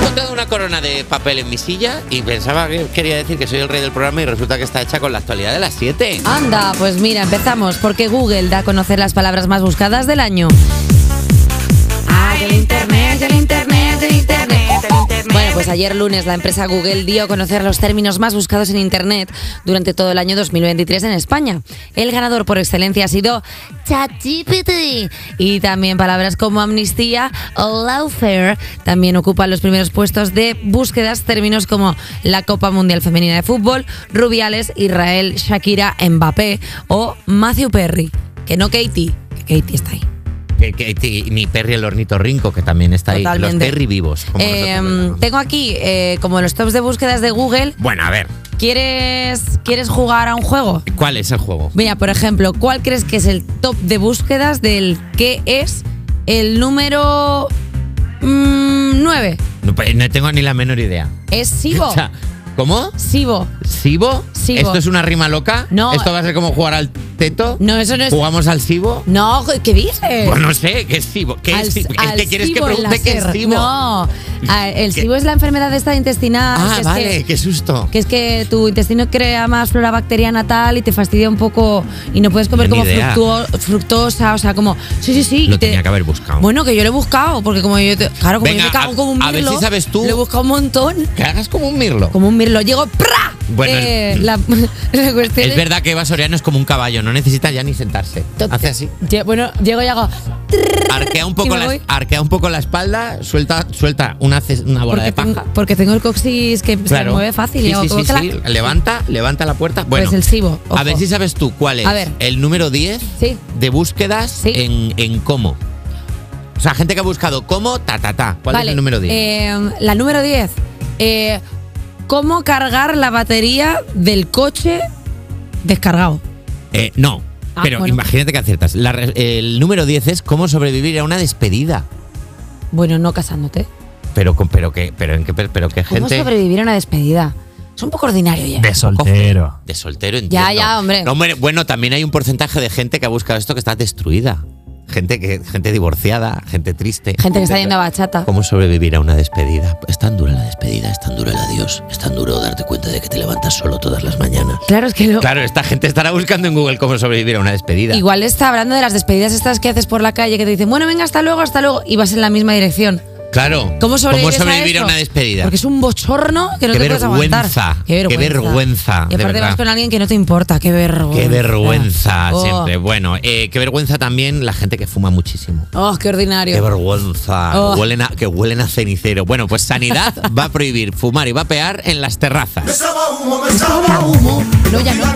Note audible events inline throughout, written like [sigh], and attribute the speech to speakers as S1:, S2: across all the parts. S1: montado una corona de papel en mi silla y pensaba que quería decir que soy el rey del programa y resulta que está hecha con la actualidad de las 7.
S2: Anda, pues mira, empezamos. Porque Google da a conocer las palabras más buscadas del año.
S3: Ay, el Ah, internet, el internet, el internet, el internet.
S2: Bueno, pues ayer lunes la empresa Google dio a conocer los términos más buscados en Internet durante todo el año 2023 en España. El ganador por excelencia ha sido ChatGPT y también palabras como amnistía o lawfare también ocupan los primeros puestos de búsquedas términos como la Copa Mundial Femenina de Fútbol, Rubiales, Israel, Shakira, Mbappé o Matthew Perry, que no Katie, que Katie está ahí.
S1: Que- que- que- ni Perry el ornitorrinco, que también está ahí.
S2: Totalmente.
S1: Los Perry vivos. como
S2: Eh,
S1: nosotros.
S2: tengo aquí eh, como los tops de búsquedas de Google.
S1: Bueno, a ver,
S2: ¿Quieres, ¿Quieres jugar a un juego?
S1: ¿cuál es el juego?
S2: Mira, por ejemplo, ¿cuál crees que es el top de búsquedas del que es el número 9?
S1: No, pues, no tengo ni la menor idea.
S2: Es
S1: [laughs]
S2: Sibo.
S1: O sea, ¿Cómo?
S2: Sibo.
S1: ¿Sibo?
S2: Sibo.
S1: ¿Esto es una rima loca?
S2: No.
S1: ¿Esto va a ser como jugar al teto?
S2: No, eso no es.
S1: ¿Jugamos al Sibo?
S2: No, ¿qué dices?
S1: Pues no sé, ¿qué es Sibo? ¿Qué
S2: Al-
S1: es Sibo? ¿Qué-
S2: al
S1: ¿Qué quieres que
S2: SIBO en la
S1: pregunte qué es
S2: SER.
S1: Sibo?
S2: No, a- el
S1: ¿Qué?
S2: SIBO es la enfermedad esta intestinal.
S1: Ah,
S2: que es
S1: vale,
S2: que-
S1: qué susto.
S2: que es que tu intestino crea más flora bacteriana tal y te fastidia un poco y no puedes comer
S1: Ni
S2: como
S1: idea.
S2: fructuo- fructosa, o sea, como sí, sí, sí.
S1: Lo
S2: y te-
S1: tenía que haber buscado.
S2: Bueno, que yo lo he buscado, porque como yo te- claro, como
S1: Venga,
S2: yo me cago
S1: a-
S2: como un
S1: a ver
S2: mirlo,
S1: si sabes tú.
S2: Lo he buscado un montón,
S1: Que hagas como un mirlo.
S2: como un mirlo, llego ¡pra!
S1: Bueno,
S2: Eh,
S1: es-
S2: la, [laughs] la cuestión
S1: Es verdad que Eva Soriano es como un caballo, no necesita ya ni sentarse.
S2: Tot-
S1: Hace así.
S2: Lle- bueno, llego y hago
S1: Arquea un poco,
S2: me
S1: la,
S2: voy.
S1: arquea un poco la espalda, suelta, suelta una, ce- una bola
S2: porque,
S1: de paja.
S2: tengo, porque tengo el coxis que se
S1: Claro.
S2: mueve fácil y
S1: Sí,
S2: hago
S1: sí,
S2: como
S1: sí,
S2: clac.
S1: sí. Levanta, levanta la puerta. Bueno,
S2: el SIBO, ojo.
S1: A ver si sabes tú cuál es
S2: A ver.
S1: el número 10
S2: Sí.
S1: de búsquedas
S2: Sí.
S1: en, en cómo. O sea, gente que ha buscado cómo, ta, ta, ta. ¿Cuál es
S2: Vale,
S1: el número 10?
S2: eh, la número 10. eh, ¿Cómo cargar la batería del coche descargado?
S1: Eh, no.
S2: Ah,
S1: Pero
S2: bueno.
S1: imagínate que aciertas. La re- el número 10 es cómo sobrevivir a una despedida.
S2: Bueno, no casándote.
S1: Pero, con- pero, que, pero, en qué, pero que
S2: ¿Cómo
S1: gente.
S2: sobrevivir a una despedida? Es un poco ordinario ya.
S4: De soltero.
S1: De soltero,
S2: Ya,
S1: entiendo.
S2: ya, hombre.
S1: No, hombre, Bueno, también hay un porcentaje de gente que ha buscado esto que está destruida. Gente, que, gente divorciada, gente triste.
S2: Gente que está yendo a bachata.
S1: ¿Cómo sobrevivir a una despedida? Es tan dura la despedida, es tan dura el adiós, es tan duro darte cuenta de que te levantas solo todas las mañanas.
S2: Claro, es que no.
S1: Claro, esta gente estará buscando en Google cómo sobrevivir a una despedida.
S2: Igual está hablando de las despedidas estas que haces por la calle que te dicen, bueno, venga, hasta luego, hasta luego, y vas en la misma dirección.
S1: Claro.
S2: ¿Cómo, sobrevives
S1: sobrevivir a,
S2: eso?
S1: una despedida?
S2: Porque es un bochorno que no
S1: Qué
S2: te puedes aguantar.
S1: vergüenza, qué vergüenza,
S2: Y
S1: de
S2: aparte
S1: verdad.
S2: vas con alguien que no te importa. Qué vergüenza.
S1: Qué vergüenza
S2: Oh.
S1: siempre. Bueno, eh, qué vergüenza también la gente que fuma muchísimo.
S2: Oh, qué ordinario.
S1: Qué vergüenza.
S2: Oh.
S1: Huelen a- que huelen a cenicero. Bueno, pues Sanidad va a prohibir fumar y vapear en las terrazas.
S2: No, ya no.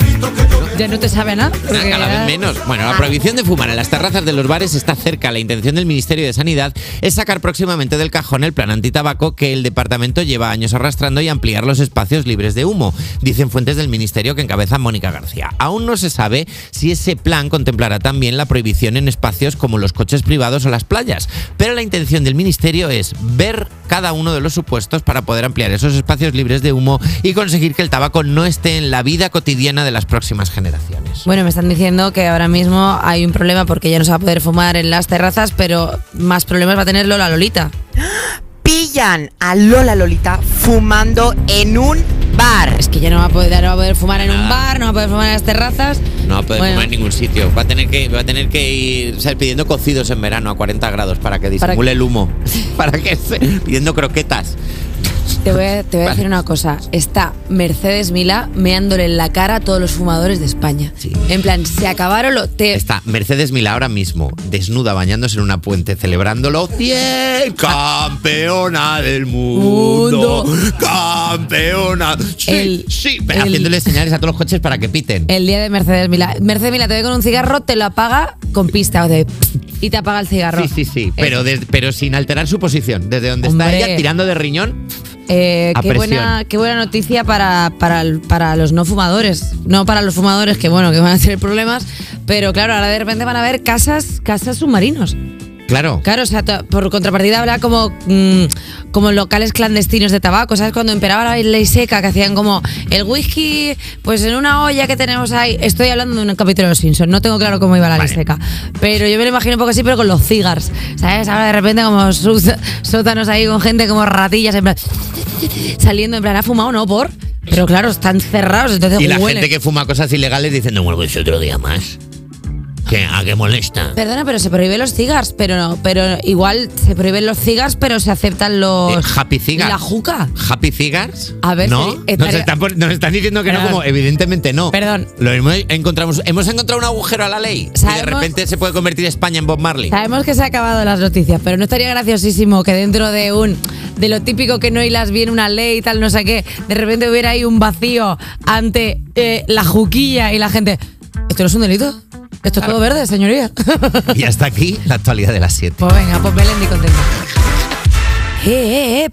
S2: Ya no te sabe a nada. porque
S1: Cada
S2: ya-
S1: vez menos. Bueno, la prohibición de fumar en las terrazas de los bares está cerca. La intención del Ministerio de Sanidad es sacar próximamente del cajón el plan antitabaco que el departamento lleva años arrastrando y ampliar los espacios libres de humo, dicen fuentes del Ministerio que encabeza Mónica García. Aún no se sabe si ese plan contemplará también la prohibición en espacios como los coches privados o las playas, pero la intención del Ministerio es ver cada uno de los supuestos para poder ampliar esos espacios libres de humo y conseguir que el tabaco no esté en la vida cotidiana de las próximas generaciones.
S2: Bueno, me están diciendo que ahora mismo hay un problema porque ya no se va a poder fumar en las terrazas, pero más problemas va a tener Lola Lolita.
S3: Pillan a Lola Lolita fumando en un bar.
S2: Es que ya no va a poder, ya no va a poder fumar en un bar, no va a poder fumar en las terrazas.
S1: No va a poder
S2: Bueno,
S1: comer en ningún sitio. Va a tener que, va a tener que ir o sea, pidiendo cocidos en verano a 40 grados para que
S2: Para
S1: disimule
S2: que- Eh.
S1: el
S2: [laughs]
S1: humo. para que se, pidiendo croquetas.
S2: Te voy a, te voy a
S1: Vale.
S2: decir una cosa. Está Mercedes Milá meándole en la cara a todos los fumadores de España.
S1: Sí.
S2: En plan, se acabaron los... Te,
S1: Está Mercedes Mila ahora mismo, desnuda, bañándose en una puente, celebrándolo. ¡Bien! ¡Campeona del mundo!
S2: Mundo.
S1: ¡Campeona! ¡Sí!
S2: El-
S1: ¡Sí!
S2: el- Eh,
S1: Haciéndole señales a todos los coches para que piten.
S2: El día de Mercedes Milá. Mercedes Milá te ve con un cigarro, te lo apaga con pista o de... Y te apaga el cigarro.
S1: Sí, sí, sí.
S2: Eh,
S1: Pero, des- pero sin alterar su posición. Desde donde
S2: Hombre.
S1: está ella, tirando de riñón.
S2: Eh,
S1: A
S2: qué,
S1: presión.
S2: buena, qué buena noticia para, para, el- para los no fumadores. No para los fumadores que, bueno, que van a tener problemas. Pero claro, ahora de repente van a haber casas, casas submarinos.
S1: Claro.
S2: Claro, o sea, to- por contrapartida habrá como, mm, como locales clandestinos de tabaco, ¿sabes? Cuando emperaba la ley seca, que hacían como el whisky, pues en una olla que tenemos ahí. Estoy hablando de un capítulo de Los Simpsons, no tengo claro cómo iba la ley seca. Pero yo me lo imagino un poco así, pero con los cigars, ¿sabes? Ahora de repente como sus- sótanos ahí con gente como ratillas, en plan, saliendo, en plan, ¿ha fumado no por? Pero claro, están cerrados, entonces
S1: Y la
S2: huelen.
S1: gente que fuma cosas ilegales dice, no vuelves otro día más. ¿Qué? ¿A qué molesta?
S2: Perdona, pero se prohíben los cigars, pero no, pero igual se prohíben los cigars, pero se aceptan los
S1: Eh, happy cigars.
S2: La juca.
S1: ¿Happy Cigars?
S2: A ver,
S1: ¿No?
S2: sí,
S1: Nos
S2: estaría-
S1: están, pon- nos están diciendo que no,
S2: Perdón.
S1: como evidentemente no.
S2: Perdón.
S1: Lo mismo encontramos, hemos encontrado un agujero a la ley. Y de
S2: Sabemos-
S1: repente se puede convertir España en Bob Marley.
S2: Sabemos que se han acabado las noticias, pero no estaría graciosísimo que dentro de un de lo típico que no hilas bien una ley y tal, no sé qué, de repente hubiera ahí un vacío ante eh, la juquilla y la gente. Esto no es un delito. Esto es todo verde, señoría. [laughs]
S1: Y hasta aquí la actualidad de las 7.
S2: pues venga, pues Melendi contenta. Eh, eh, eh,